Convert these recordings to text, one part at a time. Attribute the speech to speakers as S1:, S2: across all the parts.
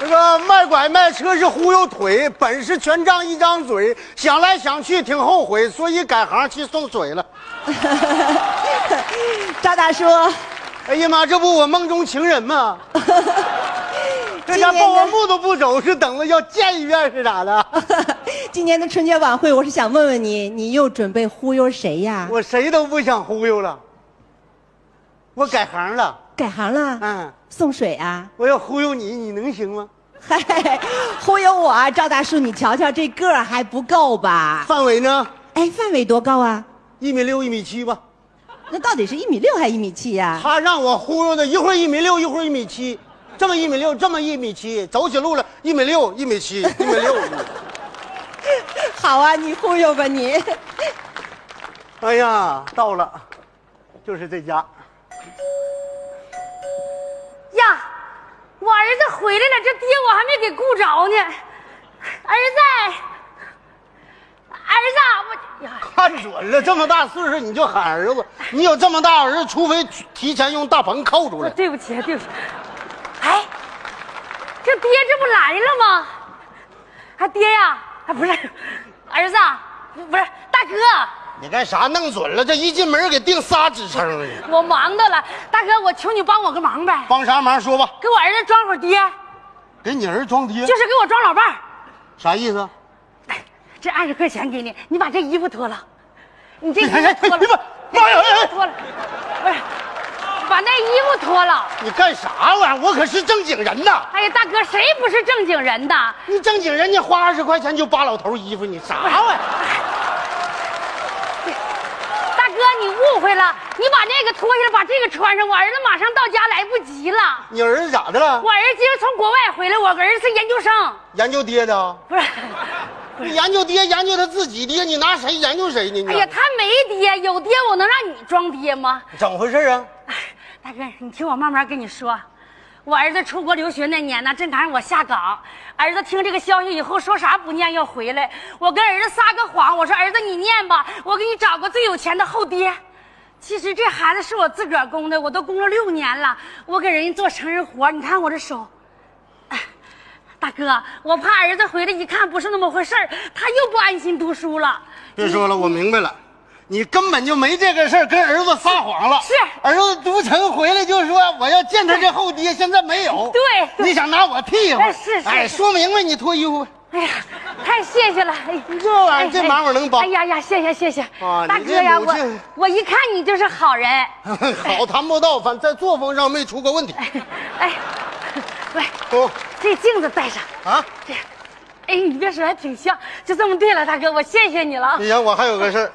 S1: 这个卖拐卖车是忽悠腿，本事全仗一张嘴，想来想去挺后悔，所以改行去送水了。
S2: 赵大叔，
S1: 哎呀妈，这不我梦中情人吗？这
S2: 今
S1: 家
S2: 年
S1: 抱完
S2: 的
S1: 步都不走，是等着要见一面是咋的？
S2: 今年的春节晚会，我是想问问你，你又准备忽悠谁呀？
S1: 我谁都不想忽悠了，我改行了。
S2: 改行了，
S1: 嗯，
S2: 送水啊？
S1: 我要忽悠你，你能行吗？
S2: 嗨，忽悠我啊，赵大叔，你瞧瞧这个儿还不够吧？
S1: 范围呢？
S2: 哎，范围多高啊？
S1: 一米六，一米七吧。
S2: 那到底是一米六还一米七呀、
S1: 他让我忽悠的，一会儿一米六，一会儿一米七，这么一米六，这么一米七，走起路来一米六，一米七，一米六。
S2: 好啊，你忽悠吧你。
S1: 哎呀，到了，就是这家。
S3: 呀，我儿子回来了，这爹我还没给顾着呢。儿子，儿子，我呀，
S1: 看准了，这么大岁数你就喊儿子，你有这么大儿子，除非提前用大棚扣住
S3: 我
S1: 来。
S3: 对不起，对不起。哎，这爹这不来了吗？啊，爹呀，啊不是，儿子，不是大哥，
S1: 你干啥？弄准了，这一进门给定仨支撑了。
S3: 我忙到了，大哥，我求你帮我个忙呗，
S1: 帮啥忙说吧，
S3: 给我儿子装会儿爹，
S1: 给你儿子装爹，
S3: 就是给我装老伴儿。
S1: 啥意思？
S3: 哎这二十块钱给你，你把这衣服脱了，你这衣
S1: 哎你
S3: 服脱了，
S1: 妈呀！哎哎
S3: 脱了，不是，把那衣服脱了。
S1: 你干啥玩意儿？我可是正经人呐！
S3: 哎呀，大哥，谁不是正经人呐？
S1: 你正经人，你花二十块钱就扒老头衣服，你啥玩意儿？
S3: 哎大哥，你误会了，你把那个脱下来，把这个穿上，我儿子马上到家来不及了。
S1: 你儿子咋的了
S3: 我？儿子今儿从国外回来，我儿子是研究生，
S1: 研究爹的啊？
S3: 不是。
S1: 你研究爹，研究他自己爹，你拿谁研究谁呢？你啊
S3: 哎呀，他没爹，有爹我能让你装爹吗？
S1: 怎么回事啊？
S3: 哎大哥，你听我慢慢跟你说。我儿子出国留学那年呢，正赶上我下岗。儿子听这个消息以后，说啥不念要回来。我跟儿子撒个谎，我说儿子你念吧，我给你找个最有钱的后爹。其实这孩子是我自个儿供的，我都供了六年了。我给人家做成人活，你看我这手。哎大哥，我怕儿子回来一看不是那么回事儿，他又不安心读书了。
S1: 别说了，我明白了，你根本就没这个事儿，跟儿子撒谎了。
S3: 是
S1: 儿子读成回来就说我要见他这后爹，现在没有。
S3: 对对
S1: 你想拿我屁股？
S3: 哎是是
S1: 哎，
S3: 是
S1: 说明白，你脱衣服吧。
S3: 哎呀，太谢谢了！哎，
S1: 你这玩意儿这忙我能帮
S3: 哎呀呀，谢谢谢谢，
S1: 啊
S3: 大
S1: 你
S3: 哥
S1: 这
S3: 呀，
S1: 母
S3: 我
S1: 亲
S3: 我一看你就是好人。
S1: 好，谈不到，反正在作风上没出过问题。
S3: 哎，喂，
S1: 哦
S3: 这镜子戴上，
S1: 啊，
S3: 这，哎，你别说，还挺像。就这么对了，大哥，我谢谢你了 啊
S1: 李。阳，我还有个事儿，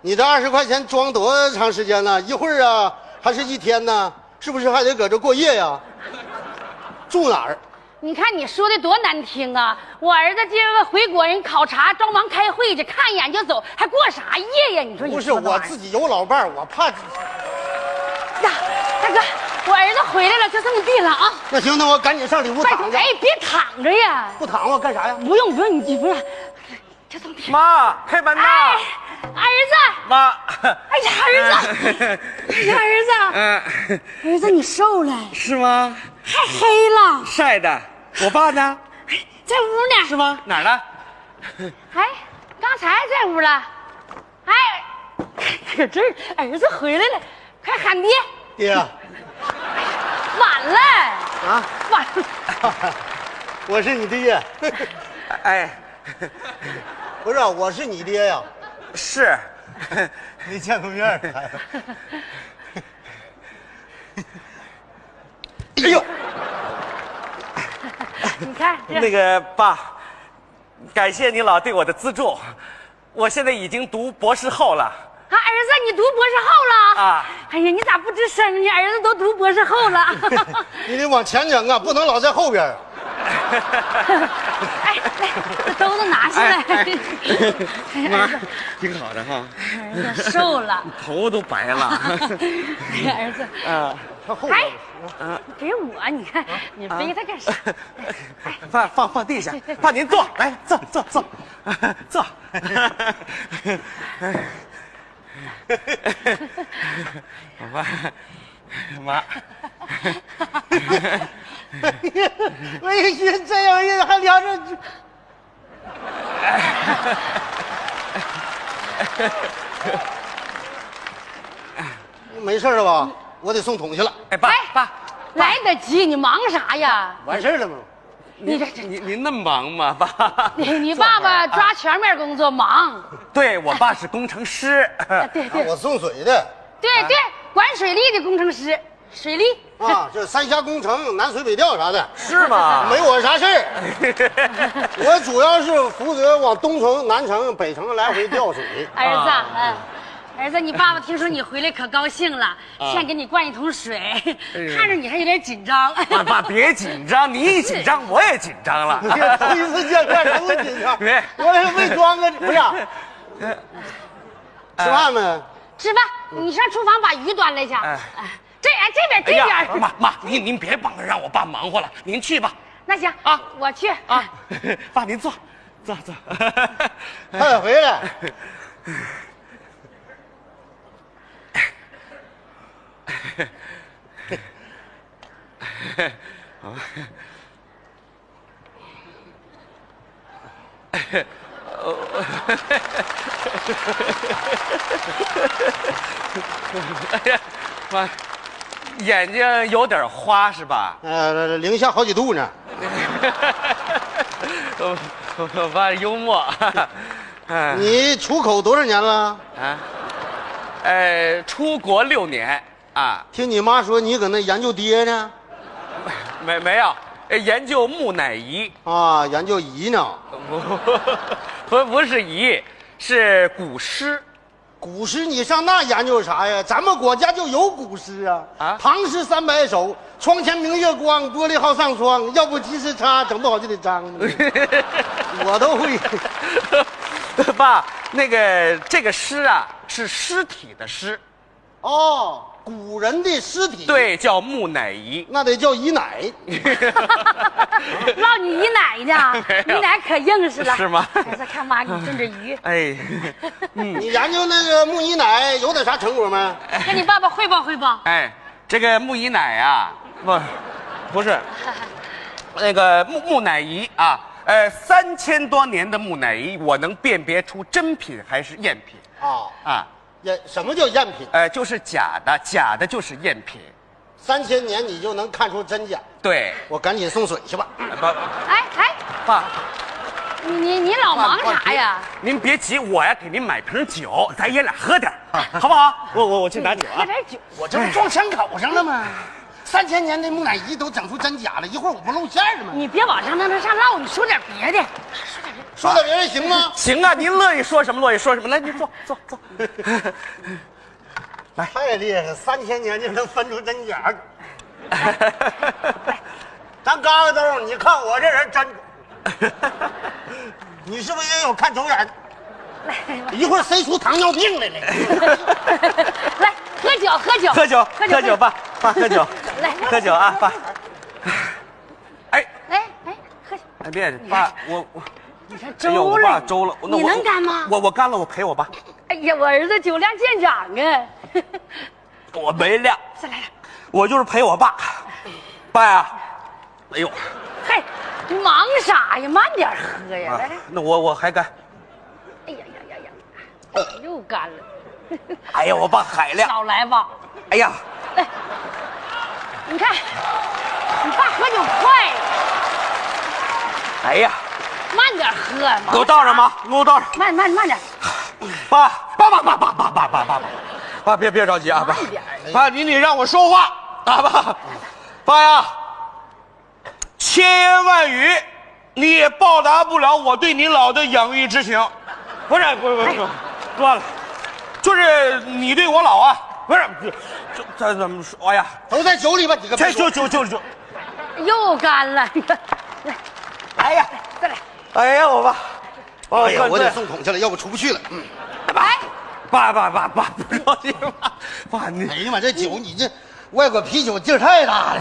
S1: 你这二十块钱装多长时间呢？一会儿啊，还是一天呢？是不是还得搁这过夜呀？住哪儿？
S3: 你看你说的多难听啊！我儿子今儿回国，人考察，装忙开会去，看一眼就走，还过啥夜呀？你说你
S1: 不是
S3: 说这
S1: 我
S3: 玩意儿
S1: 自己有老伴儿，我怕。
S3: 呀，大哥，我儿子回来了，就这么地了啊！
S1: 那行，那我赶紧上里屋
S3: 拜
S1: 躺
S3: 托，
S1: 去。
S3: 哎，别躺着呀！
S1: 不躺我干啥呀？
S3: 不用不用，你不用，就这么地。
S4: 妈，开门呐
S3: 哎！，儿子，
S4: 妈，
S3: 哎呀，儿 子，哎呀，儿
S4: 嗯，
S3: 子，儿子，你瘦了，
S4: 是吗？
S3: 太黑了，
S4: 晒的。我爸呢？
S3: 哎在屋呢。
S4: 是吗？哪儿呢？
S3: 哎，刚才在屋了。哎，搁这儿，儿子回来了，快喊爹，
S1: 爹啊，
S3: 晚了，
S1: 啊
S3: 晚了。
S1: 我是你 爹，
S4: 哎，
S1: 不是、啊、我是你爹呀、
S4: 是，
S1: 没见过面儿。哎呦，
S3: 你看
S4: 那
S3: 这，
S4: 个爸，感谢你老对我的资助，我现在已经读博士后了。
S3: 啊，儿子，你读博士后了
S4: 啊？
S3: 哎呀，你咋不吱声呢？儿子都读博士 后了。
S1: 你得往前整啊，不能老在后边儿。
S3: 哎，来，这兜子拿下来。
S4: 哎妈，挺好的哈，
S3: 儿子瘦了。
S4: 头都白了。
S3: 哎 呀，儿子，
S4: 啊，
S1: 他后边
S3: 哎
S1: 儿。，
S3: 你给我，你看你背他干啥？
S4: 啊放放放地下，爸您坐，来坐坐坐， 坐。 爸，妈，
S1: 我一寻这玩意儿还聊着， 没事了吧？我得送桶去了，
S4: 哎，爸爸，
S3: 来得及，你忙啥呀？
S1: 嗯完事儿了吗？
S4: 您
S3: 这
S4: 您您那么忙吗，爸？
S3: 你你爸
S4: 啊
S3: 爸抓全面工作忙，
S4: 对我爸是工程师，
S3: 对
S1: 啊我送水 的
S3: 对对，管水利的工程师，水利。
S1: 啊，这三峡工程、南水北调啥的，
S4: 是吗？
S1: 没我啥事儿。 我主要是负责往东城、南城、北城来回调水。
S3: 儿子，
S4: 啊
S3: 嗯，儿子，你爸爸听说你回来可高兴了，
S4: 啊
S3: 先给你灌一桶水，看着你还有点紧张。
S4: 哎爸爸别紧张，你一紧张我也紧张了。
S1: 头一次见面，不紧 张，
S4: 没呃
S1: 我也没装啊，不是 啊。吃饭没？
S3: 吃饭，你上厨房把鱼端来去。
S4: 嗯哎
S3: 哎这哎这边这
S4: 哎呀，
S3: 边，
S4: 妈妈，您您别帮着让我爸忙活了，您去吧。
S3: 那行
S4: 啊
S3: 我去
S4: 啊， 爸您坐，坐坐。 呃
S1: 快点回来。
S4: 哎妈，眼睛有点花是吧？
S1: 呃，零下好几度呢。
S4: 我我爸幽默。 哎
S1: 你出口多少年了？
S4: 啊，呃，出国六年啊，
S1: 听你妈说你搁那研究爹呢？
S4: 没没有，呃研究木乃伊，
S1: 啊，研究姨呢？
S4: 不 不不是姨，是古诗。
S1: 古诗你上那研究啥呀？咱们国家就有古诗啊！
S4: 啊
S1: 唐诗三百首，窗前明月光，玻璃好上霜。要不及时擦，整不好就得 脏。我都会。
S4: 爸，那个这个诗啊，是尸体的尸，
S1: 哦，古人的尸体，，
S4: 对，叫木 乃伊。
S1: 那得叫姨奶。
S3: 唠你姨奶呢
S4: 没，
S3: 你
S4: 有
S3: 奶可硬实了。
S4: 哎 是吗
S3: 儿子，看妈给你炖着鱼，
S4: 哎，
S1: 你研究那个木姨奶有点啥成果没？
S3: 跟你爸爸汇报汇报。
S4: 哎，这个木姨奶啊，不，不是，那个木木乃伊啊，呃，三千多年的木乃伊，我能辨别出真品还是赝品
S1: 啊，
S4: 啊，
S1: 赝什么叫赝品？
S4: 呃，就是假的，假的就是赝品。
S1: 三千年你就能看出真假。
S4: 对，
S1: 我赶紧送水去吧。
S4: 爸
S3: 哎哎，
S4: 爸，
S3: 你你你老忙啥呀？
S4: 您别急，我呀给您买瓶酒，咱爷俩喝点儿，好不好？啊我我我去拿酒
S3: 喝
S4: 啊。
S3: 点酒。
S1: 我这不撞枪口上了吗？三千年的木乃伊都整出真假了，一会儿我不露馅儿了吗？
S3: 你别往上那那上唠，你说点别的。
S1: 说点别人行吗？
S4: 行啊，您乐意说什么乐意说什么，来，您坐坐坐。
S1: 太厉害了，三千年就能分出真假。 咱嘎嘎豆，你看我这人 真，你是不是也有看走眼？一会儿谁出糖尿病来了？
S3: 来，喝酒，喝酒，
S4: 喝酒，喝酒。吧，爸喝酒，
S3: 来
S4: 喝酒啊，爸。哎
S3: 哎哎，喝酒。
S4: 哎，别爸，我我
S3: 你看
S4: 哎呦
S3: 周
S4: 我
S3: 了，
S4: 爸周了，那
S3: 你
S4: 我
S3: 能干吗？
S4: 我我干了，我赔我爸，
S3: 哎呀，我儿子酒量见长啊！
S4: 我没量，
S3: 再来点，
S4: 我就是赔我爸。爸呀，哎呦，
S3: 嘿，你忙啥呀？慢点喝呀！
S4: 啊
S3: 来来，
S4: 那我我还干。
S3: 哎呀呀呀呀，哎又干了，
S4: 哎呀，我爸海量，
S3: 少来吧！
S4: 哎呀，
S3: 你看，你爸喝酒快，
S4: 哎呀，
S3: 慢点喝。忙
S4: 给我倒上吧，你给我倒上。
S3: 慢慢慢点，
S4: 爸，爸爸爸爸爸爸爸爸爸，爸别别着急啊，爸
S3: 慢点儿，
S4: 爸你得让我说话啊，爸，爸呀，千言万语，你也报答不了我对你老的养育之情，不是不是不是，断了，就是你对我老啊，不是，不是这这怎么说？哎呀，
S1: 都在酒里吧，你个
S4: 这就就就就，
S3: 又干了。 你看，来，
S4: 哎呀，
S3: 再来。
S4: 哎呀，我爸，哦
S1: 哎呀，我
S4: 得
S1: 得送桶去了，要不出不去了。嗯
S3: 哎，
S4: 爸爸爸爸，不着急，爸爸你
S1: 哎呀妈，这酒你这外国啤酒劲儿太 大了。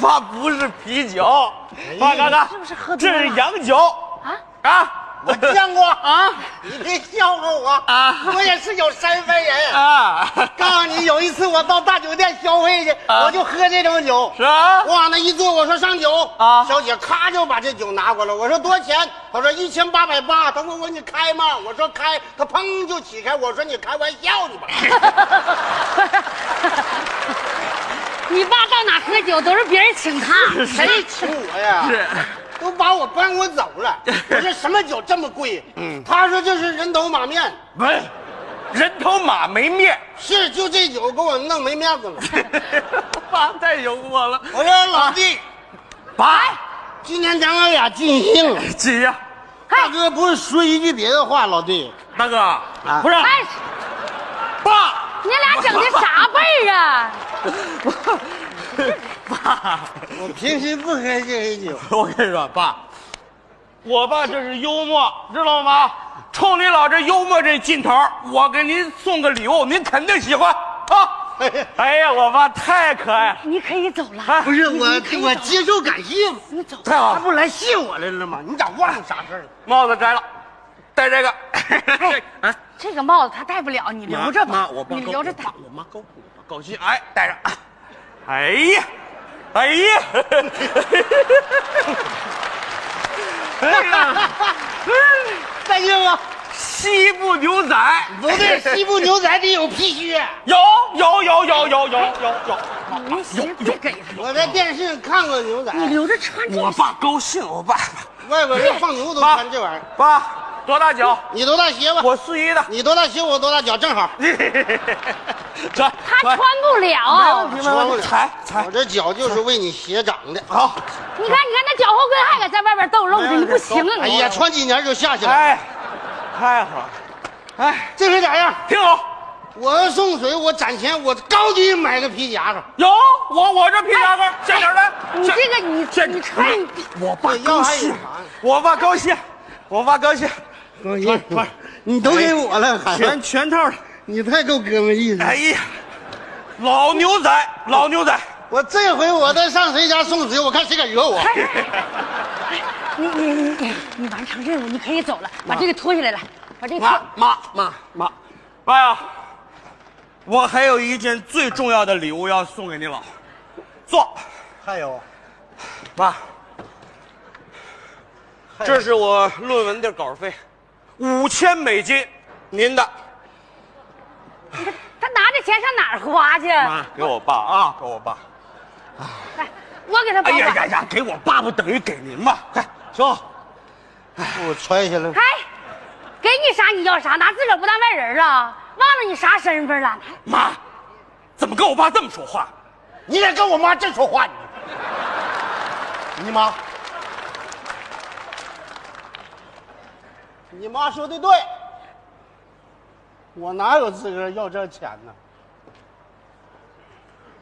S4: 爸不是啤酒，爸看看哎
S3: 是不是喝，多
S4: 这
S3: 了
S4: 是洋酒
S3: 啊
S4: 啊！
S1: 我见过
S4: 啊
S1: 你别笑话我
S4: 啊
S1: 我也是有身份人。
S4: 啊，
S1: 告诉你，有一次我到大酒店消费去，
S4: 啊
S1: 我就喝这种酒。
S4: 是啊
S1: 我往那一坐，我说上酒
S4: 啊
S1: 小姐咔就把这酒拿过来，我说多少钱？她说一千八百八。她问我你开吗？我说开。她砰就起开，我说你开玩笑呢吧？
S3: 你爸到哪喝酒都是别人请他，哎
S1: 谁请我呀？
S4: 是
S1: 都把我搬我走 了。我说什么酒这么贵？嗯，他说这是人头马面，
S4: 不是，人头马没 面，
S1: 是就这酒给我弄没面 子了。
S4: 爸太幽默了。
S1: 我说老弟，
S4: 爸，
S1: 今天咱哥俩尽兴了。
S4: 姐呀，
S1: 大哥不是说一句别的话，老弟，
S4: 大哥，不是
S3: 哎，
S4: 爸，
S3: 你俩整的啥辈儿啊？
S4: 爸，
S1: 我平时不喝这些酒。
S4: 我跟你说，爸，我爸这是幽默，知道吗？冲你老这幽默这劲头儿，我给您送个礼物，您肯定喜欢啊！哎呀，我爸太可爱了，
S3: 你可以走了。
S1: 不是我，我哦接受感谢嘛，
S3: 你走，
S4: 太好
S1: 他
S4: 了。
S1: 不来谢我来了吗？你咋忘了啥事儿了？
S4: 帽子摘了，戴这个。 哎，
S3: 这个帽子他戴不了，你留着吧。你留着戴。
S1: 我妈 高我妈
S4: 高兴，哎，戴上。哎呀，哎呀，哎呀，
S1: 再见吧。
S4: 西部牛仔
S1: 不对，西部牛仔得有皮靴。
S4: 有有有有有有有有。
S3: 你行，别给他，
S1: 我在电视上看过牛仔，
S3: 你留着穿这
S4: 我
S3: 个。
S4: 爸高兴，我爸。
S1: 外边人放牛都
S4: 爸
S1: 穿这玩意儿。
S4: 爸，多大脚？
S1: 你多大鞋吧？
S4: 我四 一的。
S1: 你多大鞋，我多大脚，正好。
S4: 穿
S3: 他穿不了。
S1: 没问题
S4: 踩踩
S1: 我。这脚就是为你鞋长的。
S4: 好，
S3: 你看，你看那脚后跟还搁在外边逗肉呢，你不行啊！
S1: 哎呀，穿几年就下去了。
S4: 哎，太好了，哎，
S1: 这回咋样？
S4: 挺好。
S1: 我要送水，我攒钱，我高低买个皮夹克。
S4: 有我我这皮夹克，这点来。
S3: 哎你
S4: 这
S3: 这个你
S4: 这
S3: 你穿，你
S4: 我爸
S1: 要
S4: 高
S1: 还有
S4: 兴
S1: 啥呢，
S4: 我爸高兴，我爸高兴，
S1: 高兴，你都给我了，孩子，
S4: 全全套的。
S1: 你太够哥们意思了
S4: 哎。呀，老牛仔，老牛仔，
S1: 我这回我再上谁家送水，我看谁敢惹我。
S3: 你你你你完成任务，你可以走了，把这个脱下来了，把这个
S4: 妈
S3: 脱。
S4: 妈妈妈，妈呀！我还有一件最重要的礼物要送给你老，坐，
S1: 还
S4: 啊
S1: 有，
S4: 妈，这是我论文的稿费，五千美金，您的。
S3: 他拿着钱上哪儿花去？
S4: 妈，给我爸啊，给我爸。
S3: 来，我给他包
S4: 哎呀
S3: 吧
S4: 呀。呀，给我爸不等于给您吗？哎快，坐。
S1: 我揣下来。
S3: 哎，给你啥你要啥，拿自个儿不当外人了，忘了你啥身份了。
S4: 妈，怎么跟我爸这么说话？
S1: 你敢跟我妈这说话你？你妈，你妈说的对，我哪有资格要这钱呢？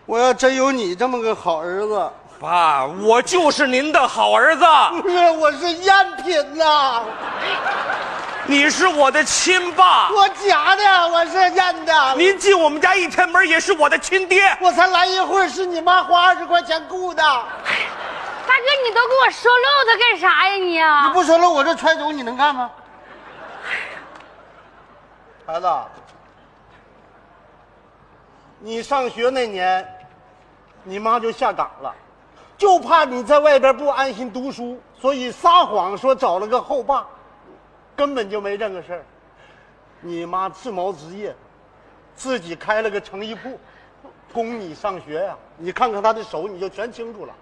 S1: 我要真有你这么个好儿子，
S4: 爸，我就是您的好儿子，
S1: 不是我是赝品呐、
S4: 你是我的亲爸，
S1: 我假的，我是认的。
S4: 您进我们家一天门也是我的亲爹。
S1: 我才来一会儿，是你妈花二十块钱雇的。
S3: 大哥，你都给我说漏他干啥呀你
S1: 你
S3: 啊？
S1: 不说了，我这揣走你能看吗？孩子，你上学那年，你妈就下岗了，就怕你在外边不安心读书，所以撒谎说找了个后爸，根本就没这个事儿。你妈自谋职业，自己开了个成衣铺，供你上学呀、你看看她的手，你就全清楚了。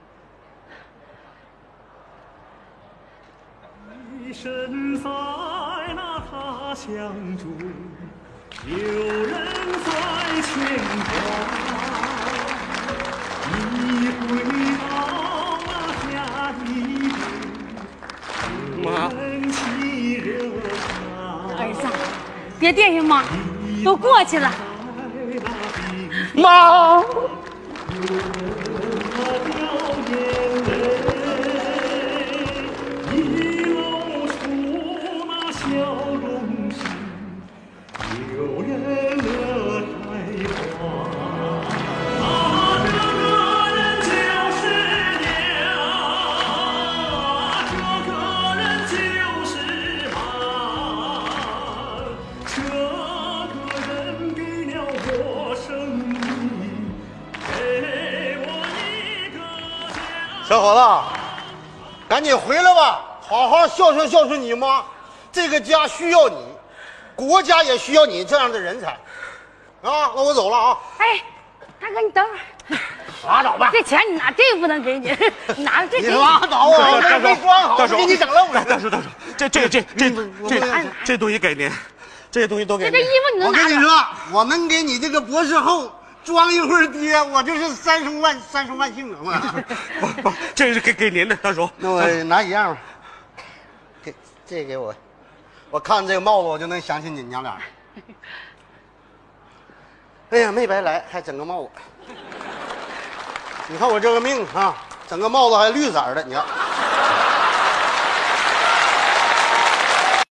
S5: 你身在那他乡中，有人在牵挂。你回到那家里，
S4: 妈，
S5: 人气热闹。
S3: 儿子，别惦记妈，都过去了。
S4: 妈，
S5: 一露出那笑容时，有人乐开花。啊，这个人就是娘，这个人就是妈。
S1: 小伙子，赶紧回来吧，好好孝顺孝顺你妈，这个家需要你，国家也需要你这样的人才。啊，那我走了啊，
S3: 哎，大哥，你等会儿，
S1: 拉倒吧
S3: 这钱你拿这不能给你， 拿着这
S1: 你
S3: 给你。
S1: 拉倒 啊，没
S4: 大叔
S1: 没装好，
S4: 大
S1: 我
S4: 叔
S1: 给你整愣了。
S4: 哎大叔，大叔，这这这这
S3: 嗯
S1: 我
S4: 这
S1: 我
S4: 这这东西给您，这些东西都给
S3: 这这衣服你
S4: 您。
S1: 我
S3: 能拿
S1: 跟你
S3: 着？
S1: 说，我能给你这个博士后装一会儿爹，我就是三生万三生万幸啊了嘛。
S4: 不不，这是给给您的，大叔。
S1: 那我拿一样吧，给这给我，我看这个帽子我就能想起你娘俩儿。哎呀，没白来，还整个帽子。你看我这个命啊，整个帽子还绿色儿的，你看。